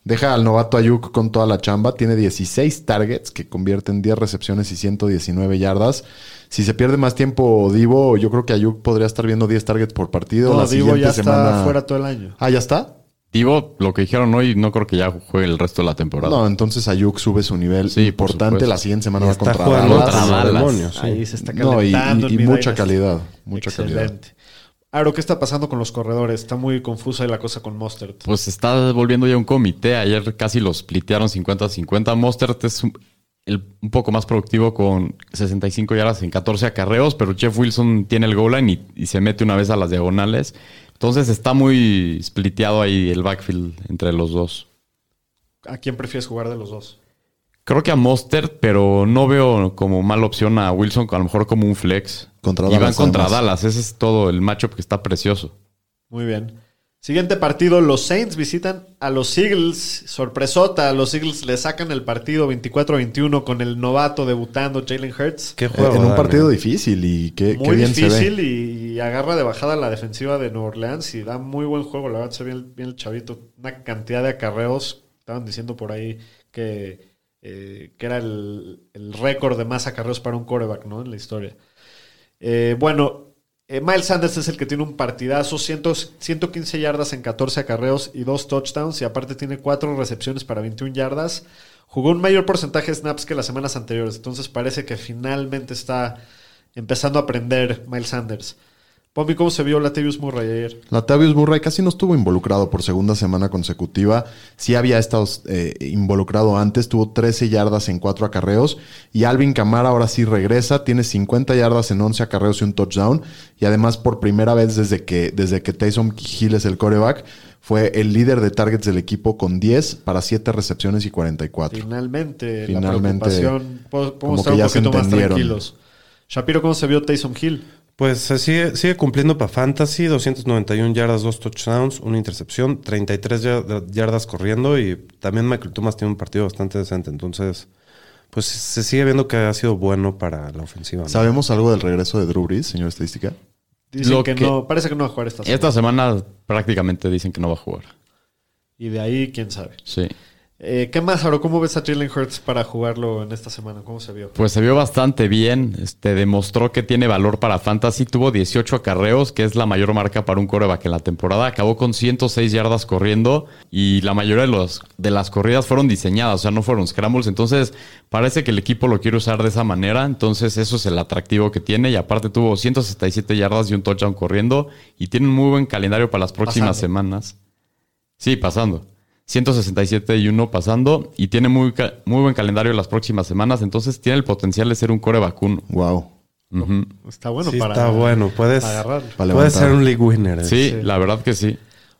Deja al novato Ayuk con toda la chamba. Tiene 16 targets que convierten 10 recepciones y 119 yardas. Si se pierde más tiempo Divo, yo creo que Ayuk podría estar viendo 10 targets por partido.
No,
la
digo,
siguiente
ya
semana...
está fuera todo el año.
Ah, ¿ya está?
Divo, lo que dijeron hoy, no creo que ya juegue el resto de la temporada.
No, entonces Ayuk sube su nivel.
Sí, por
Importante,
supuesto.
la siguiente semana
Y
va
está
contra
jugando
Dallas.
contra
contra
Dallas.
demonios. sí.
Ahí se está
No, y,
calentando.
y-
el
y
Mid
mucha
Dynasty.
calidad. Mucha calidad.
Excelente. Aro, ¿qué está pasando con los corredores? Está muy confusa la cosa con Mostert.
Pues está volviendo ya un comité. Ayer casi los splitearon 50-50. Mostert es un, el- un poco más productivo con 65 yardas en 14 acarreos, pero Jeff Wilson tiene el goal line y, y se mete una vez a las diagonales. Entonces está muy spliteado ahí el backfield entre los dos.
¿A quién prefieres jugar de los dos?
Creo que a Mostert, pero no veo como mala opción a Wilson, a lo mejor como un flex.
Contra
y van
Dallas,
contra
además.
Dallas. Ese es todo el matchup que está precioso.
Muy bien. Siguiente partido, los Saints visitan a los Eagles. Sorpresota, los Eagles le sacan el partido 24-21 con el novato debutando Jalen Hurts.
Qué
Eh,
juego.
en un
Dani.
partido difícil y qué, qué
Muy
bien se
difícil
ve.
y, y agarra de bajada la defensiva de Nueva Orleans y da muy buen juego. La verdad, se ve bien, bien el chavito. Una cantidad de acarreos. Estaban diciendo por ahí que, eh, que era el, el récord de más acarreos para un coreback, ¿no? En la historia. Eh, bueno, eh, Miles Sanders es el que tiene un partidazo, 100 115 yardas en 14 acarreos y dos touchdowns, y aparte tiene cuatro recepciones para 21 yardas. Jugó un mayor porcentaje de snaps que las semanas anteriores, entonces parece que finalmente está empezando a aprender Miles Sanders. Pompi, ¿cómo se vio Latavius Murray ayer?
Latavius Murray casi no estuvo involucrado por segunda semana consecutiva. Sí había estado eh, involucrado antes, tuvo 13 yardas en 4 acarreos. Y Alvin Kamara ahora sí regresa, tiene 50 yardas en 11 acarreos y un touchdown. Y además, por primera vez desde que, desde que Taysom Hill es el coreback, fue el líder de targets del equipo con 10 para 7 recepciones y 44.
Finalmente,
Finalmente,
la preocupación. po-
como
Podemos estar un
que ya se
poquito más
entendieron.
tranquilos. Shapiro, ¿cómo se vio Taysom Hill?
Pues se sigue, sigue cumpliendo para Fantasy, 291 yardas, dos touchdowns, una intercepción, 33 ya- yardas corriendo y también Michael Thomas tiene un partido bastante decente. Entonces, pues se sigue viendo que ha sido bueno para la ofensiva. ¿no?
¿Sabemos algo del regreso de Drew Brees, señor estadística?
Dicen
Lo
que,
que-
no, parece que no va a jugar esta semana.
Esta semana prácticamente dicen que no va a jugar.
Y de ahí, quién sabe.
Sí.
Eh, ¿Qué más, Aro? ¿Cómo ves a Jalen Hurts para jugarlo en esta semana? ¿Cómo se vio?
Pues se vio bastante bien. Este demostró que tiene valor para fantasy. Tuvo 18 acarreos, que es la mayor marca para un coreback en la temporada. Acabó con 106 yardas corriendo y la mayoría de, los, de las corridas fueron diseñadas, o sea, no fueron scrambles. Entonces, parece que el equipo lo quiere usar de esa manera. Entonces, eso es el atractivo que tiene. Y aparte, tuvo 167 yardas y un touchdown corriendo. Y tiene un muy buen calendario para las próximas
Pasando.
semanas. Sí, pasando. 167 y 1 pasando. Y tiene muy, ca- muy buen calendario las próximas semanas. Entonces tiene el potencial de ser un core vacuno.
Wow.
Está bueno
Sí,
para
está bueno. Puedes,
para agarrarlo.
Para
puedes
levantar.
ser un league winner. eh.
Sí, la verdad que sí.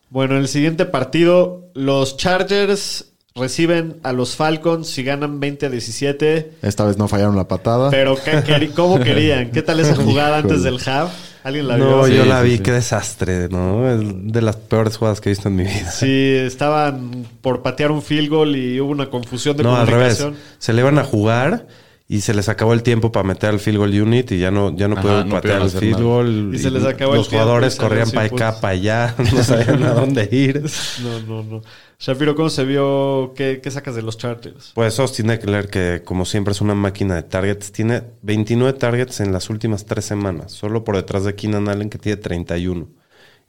Bueno, en el siguiente partido, los Chargers reciben a los Falcons y ganan 20 a 17.
Esta vez no fallaron la patada.
Pero ¿qué queri- ¿cómo querían? ¿Qué tal esa jugada
Híjole.
antes del half? ¿Alguien la
No,
vio?
yo
Sí,
la
sí,
vi,
sí.
qué desastre, ¿no? Es de las peores jugadas que he visto en mi vida.
Sí, estaban por patear un field goal y hubo una confusión de
No, al revés.
comunicación.
Se le iban a jugar y se les acabó el tiempo para meter al field goal unit y ya no, ya no
Ajá,
pudieron
no
patear
pudieron
el
hacer
field
nada.
goal.
Y se les acabó el
Los
tiempo
jugadores
y salieron
corrían
sin
para
puntos.
acá, para allá, no sabían a dónde ir.
No, no, no. Shapiro, ¿cómo se vio? ¿Qué, qué sacas de los Chargers?
Pues Austin Eckler, que como siempre es una máquina de targets, tiene 29 targets en las últimas tres semanas, solo por detrás de Keenan Allen, que tiene 31.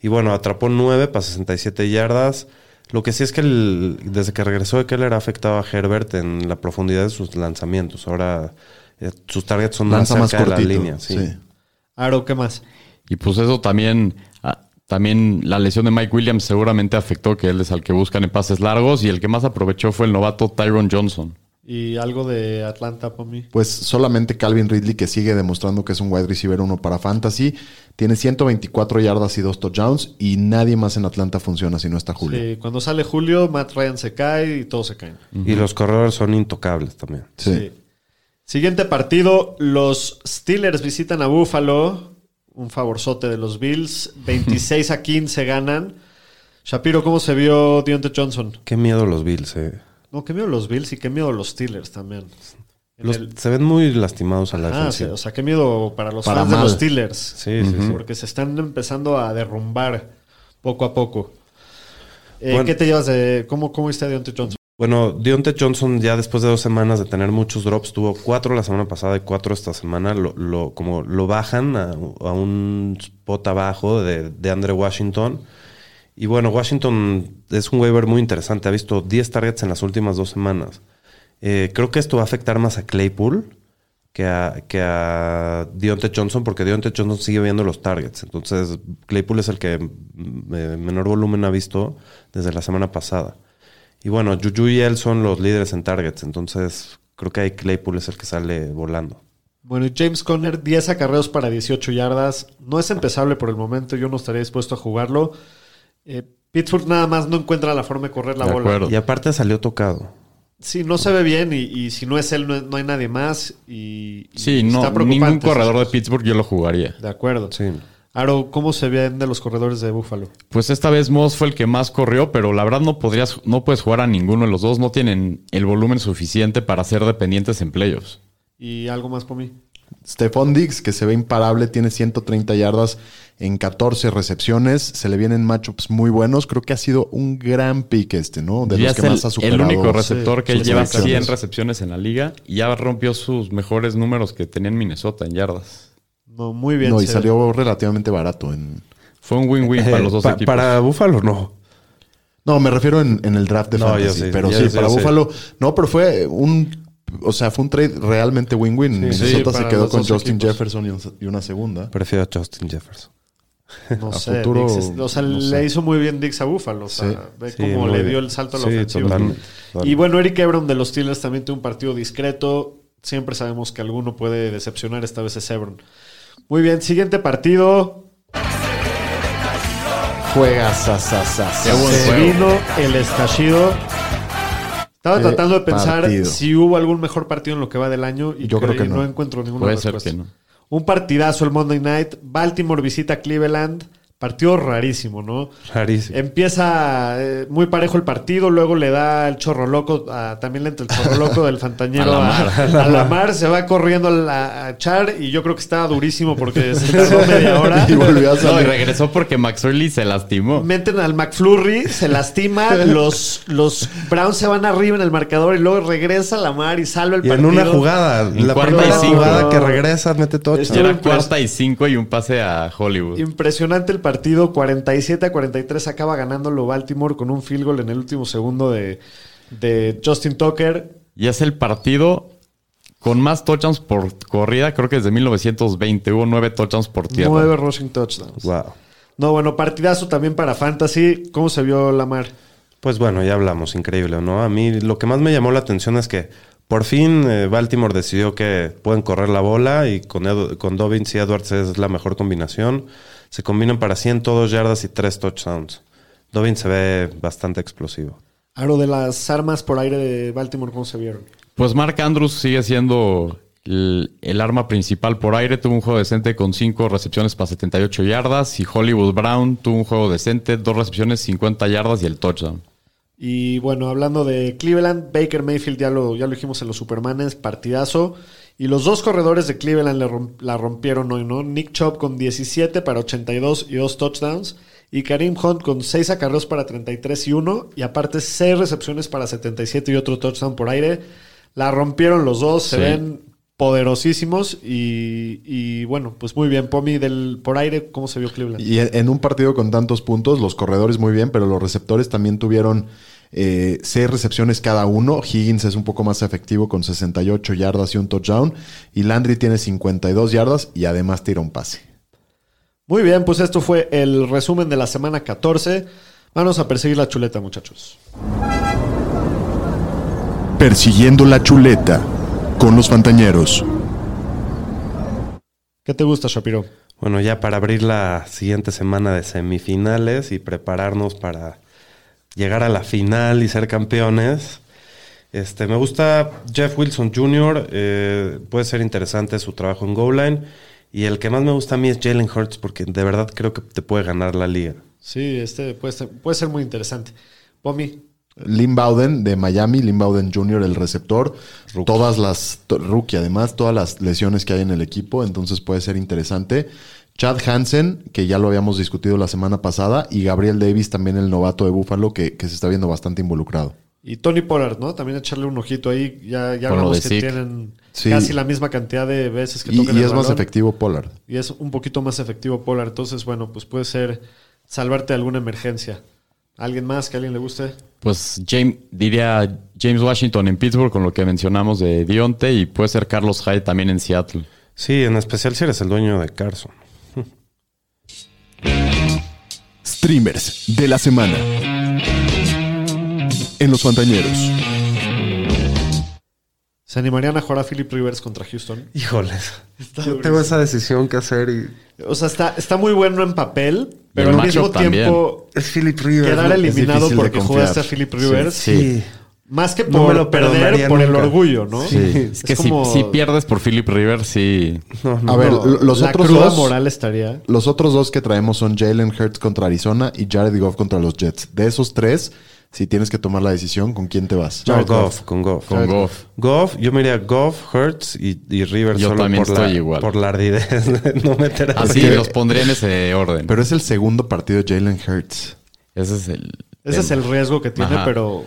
Y bueno, atrapó 9 para 67 yardas. Lo que sí es que el- desde que regresó Eckler ha afectado a Herbert en la profundidad de sus lanzamientos. Ahora eh, sus targets son más
Lanza
cerca
más
de la
cortito.
línea. Sí.
sí.
Aro, ¿qué más?
Y pues eso también, ah, también la lesión de Mike Williams seguramente afectó, que él es al que buscan en pases largos. Y el que más aprovechó fue el novato Tyron Johnson.
Y algo de Atlanta por mí.
Pues solamente Calvin Ridley, que sigue demostrando que es un wide receiver uno para fantasy, tiene 124 yardas y dos touchdowns y nadie más en Atlanta funciona si no está Julio.
Sí, cuando sale Julio, Matt Ryan se cae y todos se caen.
Y los corredores son intocables también.
Sí.
Sí. Siguiente partido, los Steelers visitan a Buffalo. Un favorzote de los Bills. 26 a 15 ganan. Shapiro, ¿cómo se vio Dionte Johnson?
Qué miedo los Bills. eh.
No, qué miedo los Bills y qué miedo los Steelers también. En
Los-
el-
Se ven muy lastimados a la
Ah, sí,
defensiva.
o sea, qué miedo para los
Para
fans de
mal.
los Steelers.
Sí, sí, sí.
Porque se están empezando a derrumbar poco a poco. Eh,
Bueno.
¿Qué te llevas de cómo, cómo viste a Dionte Johnson?
Bueno, Deontay Johnson ya después de dos semanas de tener muchos drops, tuvo cuatro la semana pasada y cuatro esta semana, lo, lo- como lo bajan a, a un spot abajo de, de Andre Washington. Y bueno, Washington es un waiver muy interesante, ha visto 10 targets en las últimas dos semanas. Eh, creo que esto va a afectar más a Claypool que a, que a Deontay Johnson, porque Deontay Johnson sigue viendo los targets. Entonces, Claypool es el que mm, eh, menor volumen ha visto desde la semana pasada. Y bueno, Juju y él son los líderes en targets, entonces creo que ahí Claypool es el que sale volando.
Bueno, y James Conner, 10 acarreos para 18 yardas. No es empezable por el momento, yo no estaría dispuesto a jugarlo. Eh, Pittsburgh nada más no encuentra la forma de correr la
De
bola.
acuerdo.
Y aparte salió tocado.
Sí, no se ve bien y, y si no es él, no, es- no hay nadie más. Y, y
Sí, no, ningún
preocupante.
corredor de Pittsburgh yo lo jugaría.
De acuerdo.
Sí.
Aro, ¿cómo se ven de los corredores de Búfalo?
Pues esta vez Moss fue el que más corrió, pero la verdad no podrías, no puedes jugar a ninguno de los dos. No tienen el volumen suficiente para ser dependientes en playoffs.
¿Y algo más por mí?
Stephon Diggs, que se ve imparable, tiene 130 yardas en 14 recepciones. Se le vienen matchups muy buenos. Creo que ha sido un gran pick este, ¿no? De
Ya
los
es
que
el,
más ha
el
superado.
único receptor
Sí,
que
sus
lleva
selecciones.
100 recepciones en la liga y ya rompió sus mejores números que tenía en Minnesota en yardas.
No, muy bien.
No, y
se-
salió relativamente barato. En...
Fue un win-win
Eh,
para los dos
pa-
equipos.
Para Búfalo, no.
No, me refiero en, en el draft de
No,
fantasy.
yo sí,
pero
yo
sí,
sí,
para
yo sí.
Buffalo. No, pero fue un. O sea, fue un trade realmente win-win.
Sí,
Minnesota
para
se quedó
los
con
dos
Justin
equipos.
Jefferson y un- y una segunda.
Prefiero a Justin Jefferson.
No
a
sé,
futuro,
Diggs es- o sea, le
no sé.
hizo muy bien Dix a Buffalo. O sea,
Sí.
ve
Sí,
cómo
muy
le
bien.
dio el salto a la
Sí,
ofensiva.
totalmente, totalmente.
Y bueno, Eric Ebron de los Steelers también tuvo un partido discreto. Siempre sabemos que alguno puede decepcionar, esta vez es Ebron. Muy bien, siguiente partido.
Juega
Qué buen
Se
juego.
vino el estallido. Estaba
Qué
tratando de pensar
partido.
si hubo algún mejor partido en lo que va del año y
Yo creo que
y no.
no.
encuentro ninguna
Puede ser
respuesta.
que no.
Un partidazo el Monday Night. Baltimore visita a Cleveland. Partido rarísimo, ¿no? Eh,
Rarísimo.
Empieza eh, muy parejo el partido, luego le da el chorro loco, a- también le entra el chorro loco del
A
fantañero
la
a,
mar.
a la mar, se va corriendo a, la- a Char y yo creo que estaba durísimo porque se tardó media hora.
Y volvió a
No, y
salir.
regresó porque Max Early se lastimó.
Meten al McFlurry, se lastima, los, los Browns se van arriba en el marcador y luego regresa la mar y salva el
Y en
partido.
una jugada,
En
la
cuarta
primera
y cinco.
jugada que regresas, mete
Y
tocho.
Estuvo
era
impresionante.
cuarta y cinco y un pase a Hollywood.
Impresionante el partido, 47 a 43 acaba ganándolo Baltimore con un field goal en el último segundo de, de Justin Tucker.
Y es el partido con más touchdowns por corrida, creo que desde 1920. Hubo nueve touchdowns por tierra.
Nueve rushing touchdowns.
Wow.
No, bueno, partidazo también para Fantasy. ¿Cómo se vio Lamar?
Pues bueno, ya hablamos, increíble, ¿no? A mí lo que más me llamó la atención es que por fin eh, Baltimore decidió que pueden correr la bola y con, Edu- con Dobbins y Edwards es la mejor combinación. Se combinan para 102 yardas y 3 touchdowns. Dobbins se ve bastante explosivo.
Aro de las armas por aire de Baltimore, ¿cómo se vieron?
Pues Mark Andrews sigue siendo el, el arma principal por aire. Tuvo un juego decente con cinco recepciones para 78 yardas. Y Hollywood Brown tuvo un juego decente, dos recepciones, 50 yardas y el touchdown.
Y bueno, hablando de Cleveland, Baker Mayfield ya lo, ya lo dijimos en los Supermanes, partidazo. Y los dos corredores de Cleveland le rom- la rompieron hoy, ¿no? Nick Chubb con 17 para 82 y dos touchdowns. Y Karim Hunt con 6 acarreos para 33 y 1. Y aparte 6 recepciones para 77 y otro touchdown por aire. La rompieron los dos, se
Sí.
ven poderosísimos. Y, y bueno, pues muy bien. Pomi, del, por aire, ¿cómo se vio Cleveland?
Y en en un partido con tantos puntos, los corredores muy bien, pero los receptores también tuvieron eh, seis recepciones cada uno. Higgins es un poco más efectivo con 68 yardas y un touchdown. Y Landry tiene 52 yardas y además tira un pase.
Muy bien, pues esto fue el resumen de la semana 14. Vamos a perseguir la chuleta, muchachos.
Persiguiendo la chuleta con los Fantañeros.
¿Qué te gusta, Shapiro?
Bueno, ya para abrir la siguiente semana de semifinales y prepararnos para llegar a la final y ser campeones. Este, me gusta Jeff Wilson Jr., eh, puede ser interesante su trabajo en goal line. Y el que más me gusta a mí es Jalen Hurts, porque de verdad creo que te puede ganar la liga.
Sí, este puede ser, puede ser muy interesante. Pomi,
Lynn Bowden de Miami, Lynn Bowden Jr., el receptor. Todas las, to- rookie además, todas las lesiones que hay en el equipo, entonces puede ser interesante. Chad Hansen, que ya lo habíamos discutido la semana pasada, y Gabriel Davis, también el novato de Buffalo, que, que se está viendo bastante involucrado.
y Tony Pollard, ¿no? También echarle un ojito ahí. Ya, ya
Con lo
hablamos
de
que
Zeke.
tienen
Sí.
casi la misma cantidad de veces que
Y,
tocan
y
el
es más
balón.
efectivo Pollard.
Y es un poquito más efectivo Pollard. Entonces, bueno, pues puede ser salvarte de alguna emergencia. ¿Alguien más que a alguien le guste?
Pues James, diría James Washington en Pittsburgh con lo que mencionamos de Dionte y puede ser Carlos Hyde también en Seattle.
Sí, en especial si eres el dueño de Carson.
Streamers de la semana. En los Fantañeros.
¿Se animarían a jugar a Philip Rivers contra Houston?
Híjoles. Yo
durísimo.
tengo esa decisión que hacer y.
O sea, está, está muy bueno en papel, pero
el
al mismo
matchup también.
tiempo
Es Philip Rivers.
quedar
¿no?
es
eliminado
difícil de
porque
confiar.
jugaste a Philip Rivers.
Sí.
Más que por
No me lo
perder,
perdonaría
por el
nunca.
orgullo, ¿no?
Sí. Es que si-
como-
si, pierdes por Philip Rivers, sí.
A ver, lo- los
la
otros
cruda
dos.
moral estaría.
Los otros dos que traemos son Jalen Hurts contra Arizona y Jared Goff contra los Jets. De esos tres, si tienes que tomar la decisión, ¿con quién te vas?
No, Goff, con Goff.
Con
Jared
Goff.
Goff, yo me iría Goff, Hurts y, y Rivers
Yo
solo
también
por, la,
estoy igual. Ah,
por la ardidez de no meter a
Así
Porque-
los pondría en ese orden.
Pero es el segundo partido de Jalen Hurts.
ese es el.
Ese es el riesgo que tiene,
Ajá.
pero.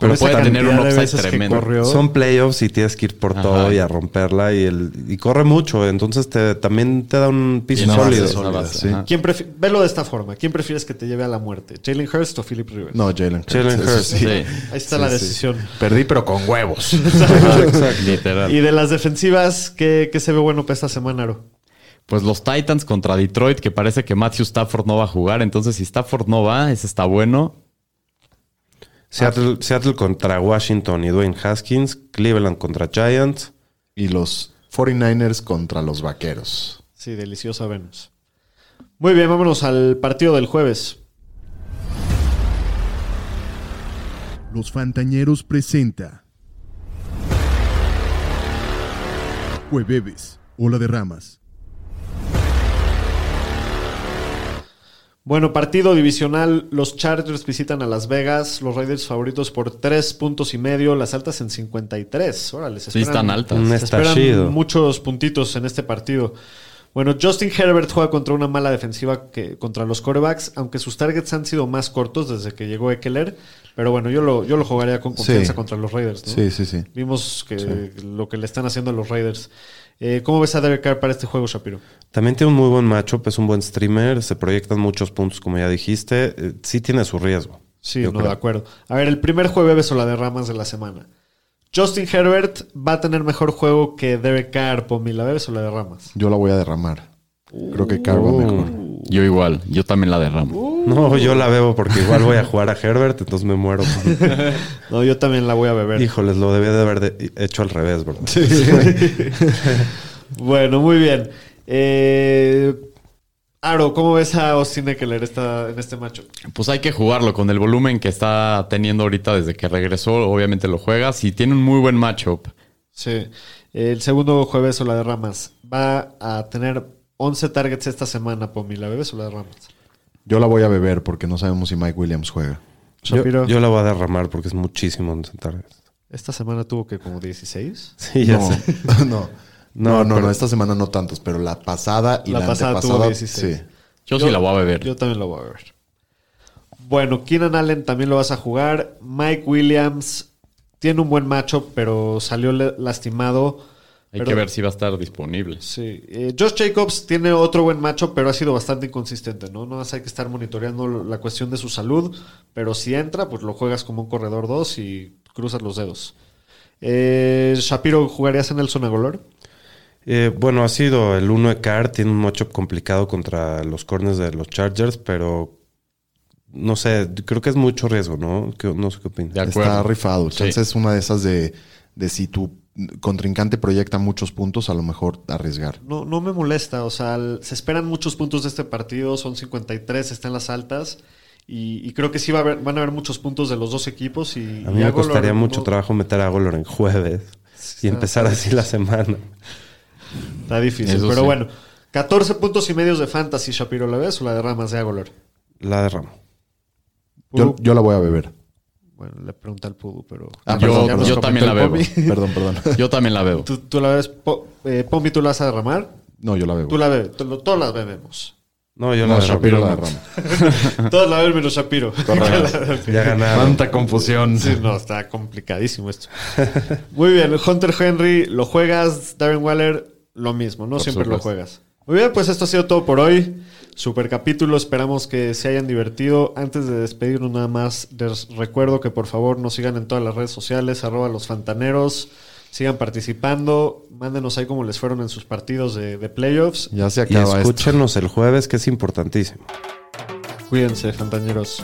Pero
con esa
puede tener
cantidad
un
de
upside
veces que
tremendo.
corrió-
Son playoffs y tienes que ir por
Ajá.
todo y a romperla y el y corre mucho, entonces te, también te da un piso
Tiene
sólido.
base sólida,
Sólida,
sí.
sí.
Ajá.
¿Quién prefi- Velo de esta forma. ¿Quién prefieres que te lleve a la muerte? ¿Jalen Hurst o Philip Rivers?
No, Jalen Hurts.
Jalen
eso
Hurts,
sí.
Sí.
Ahí está la decisión.
Perdí, pero con huevos.
Literal.
Y de las defensivas, ¿qué, qué se ve bueno para esta semana, Aro?
Pues los Titans contra Detroit, que parece que Matthew Stafford no va a jugar. Entonces, si Stafford no va, ese está bueno.
Seattle, Seattle contra Washington y Dwayne Haskins, Cleveland contra Giants.
y los 49ers contra los Vaqueros.
Sí, deliciosa Venus. Muy bien, vámonos al partido del jueves.
Los Fantañeros presenta Jueves, Ola de Ramas.
Bueno, partido divisional. Los Chargers visitan a Las Vegas. Los Raiders favoritos por tres puntos y medio. Las altas en 53. Órale, se
Sí,
esperan-
están altas.
Mm,
se
está
esperan
chido.
muchos puntitos en este partido. Bueno, Justin Herbert juega contra una mala defensiva que, contra los corebacks, aunque sus targets han sido más cortos desde que llegó Eckler. Pero bueno, yo lo, yo lo jugaría con confianza
Sí.
contra los Raiders. ¿no?
Sí, sí, sí.
Vimos que lo que le están haciendo a los Raiders. Eh, ¿Cómo ves a Derek Carr para este juego, Shapiro?
También tiene un muy buen matchup, es un buen streamer, se proyectan muchos puntos, como ya dijiste. Eh, Sí tiene su riesgo.
Sí,
yo
no,
creo.
de acuerdo. A ver, el primer jueves o la de ramas de la semana. Justin Herbert va a tener mejor juego que Derek Carr, Pomi. ¿La bebes o la de ramas?
Yo la voy a derramar. Creo que cargo
Uh.
mejor.
Yo igual, yo también la derramo.
No, yo la bebo porque igual voy a jugar a Herbert, entonces me muero.
No, yo también la voy a beber.
Híjoles, lo debía de haber de- hecho al revés, bro.
Bueno, muy bien. Eh, Aro, ¿cómo ves a Austin Eckler esta, en este macho?
Pues hay que jugarlo con el volumen que está teniendo ahorita desde que regresó. Obviamente lo juegas y tiene un muy buen matchup.
Sí. El segundo jueves o la de ramas. Va a tener 11 targets esta semana, Pomi. ¿La bebes o la de ramas?
Yo la voy a beber porque no sabemos si Mike Williams juega.
Yo,
Shapiro.
yo la voy a derramar porque es muchísimo en targets.
Esta semana tuvo que como 16.
Sí, ya
no,
sé.
no.
No,
No, no,
pero-
no, esta semana no tantos, pero la pasada y la,
La pasada tuvo
antepasada,
16.
sí.
Yo, sí la voy a beber.
Yo también la voy a beber. Bueno, Keenan Allen también lo vas a jugar. Mike Williams tiene un buen macho, pero salió le- lastimado.
hay
Pero-
que ver si va a estar disponible.
Sí. Eh, Josh Jacobs tiene otro buen macho, pero ha sido bastante inconsistente, ¿no? No más hay que estar monitoreando lo- la cuestión de su salud, pero si entra, pues lo juegas como un corredor 2 y cruzas los dedos. Eh, Shapiro, ¿jugarías en el Sonagolor?
Eh, bueno, ha sido el 1 de Carr, tiene un matchup complicado contra los corners de los Chargers, pero no sé, creo que es mucho riesgo, ¿no? Que- No sé qué
De
opinas.
acuerdo.
Está rifado.
Sí.
Chance es una de esas de, de si tu contrincante proyecta muchos puntos, a lo mejor arriesgar.
No, no me molesta, o sea, el- se esperan muchos puntos de este partido, son 53, están las altas, y, y creo que sí va a haber- van a haber muchos puntos de los dos equipos. Y,
A mí
y
me
hago
costaría
lo-
mucho
no-
trabajo meter a Golor en jueves y empezar así la semana.
Está difícil,
Eso
pero
sí.
bueno. 14 puntos y medios de fantasy, Shapiro, ¿la ves o la derramas de Agolor?
La derramo.
Yo, yo la voy a beber.
Bueno, le pregunta al Pudu, pero...
Ah,
Yo-
perdón, perdón.
yo también la
comentó
bebo.
el
Perdón, perdón.
Yo también la bebo.
¿Tú, tú la ves, Po- eh, Pompi, ¿tú la vas a derramar?
No, yo la
Tú
bebo.
la bebes, tú- lo- todos las bebemos.
No, yo
No,
la derramo.
Shapiro la derrama.
Todos la beben menos Shapiro.
Ya ganaron.
Tanta confusión.
Sí, no, está complicadísimo esto. Muy bien, Hunter Henry, lo juegas, Darren Waller, lo mismo, ¿no?
Por
Siempre lo
supuesto.
juegas. Muy bien, pues esto ha sido todo por hoy. Super capítulo, esperamos que se hayan divertido. Antes de despedirnos nada más, les recuerdo que por favor nos sigan en todas las redes sociales, arroba los fantaneros, sigan participando, mándenos ahí cómo les fueron en sus partidos de, de playoffs.
Ya se
Y
acaba esto.
escúchenos el jueves, que es importantísimo.
Cuídense, fantaneros.